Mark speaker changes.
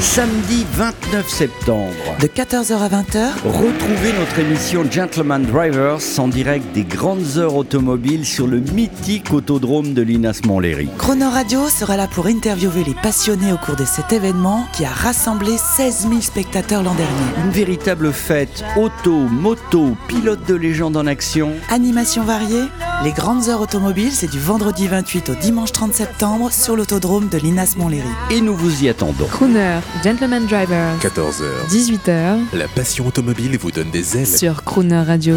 Speaker 1: Samedi 29 septembre,
Speaker 2: De 14h à 20h,
Speaker 1: retrouvez notre émission Gentleman Drivers en direct des grandes heures automobiles sur le mythique autodrome de Linas Montlhéry.
Speaker 2: Chrono Radio sera là pour interviewer les passionnés au cours de cet événement qui a rassemblé 16 000 spectateurs l'an dernier.
Speaker 1: Une véritable fête, auto, moto, pilote de légende en action.
Speaker 2: Animations variées, les grandes heures automobiles, c'est du vendredi 28 au dimanche 30 septembre sur l'autodrome de Linas Montlhéry.
Speaker 1: Et nous vous y attendons.
Speaker 3: Crooner, Gentleman Driver,
Speaker 4: 14h,
Speaker 3: 18h
Speaker 4: la passion automobile vous donne des ailes.
Speaker 3: sur Crooner Radio.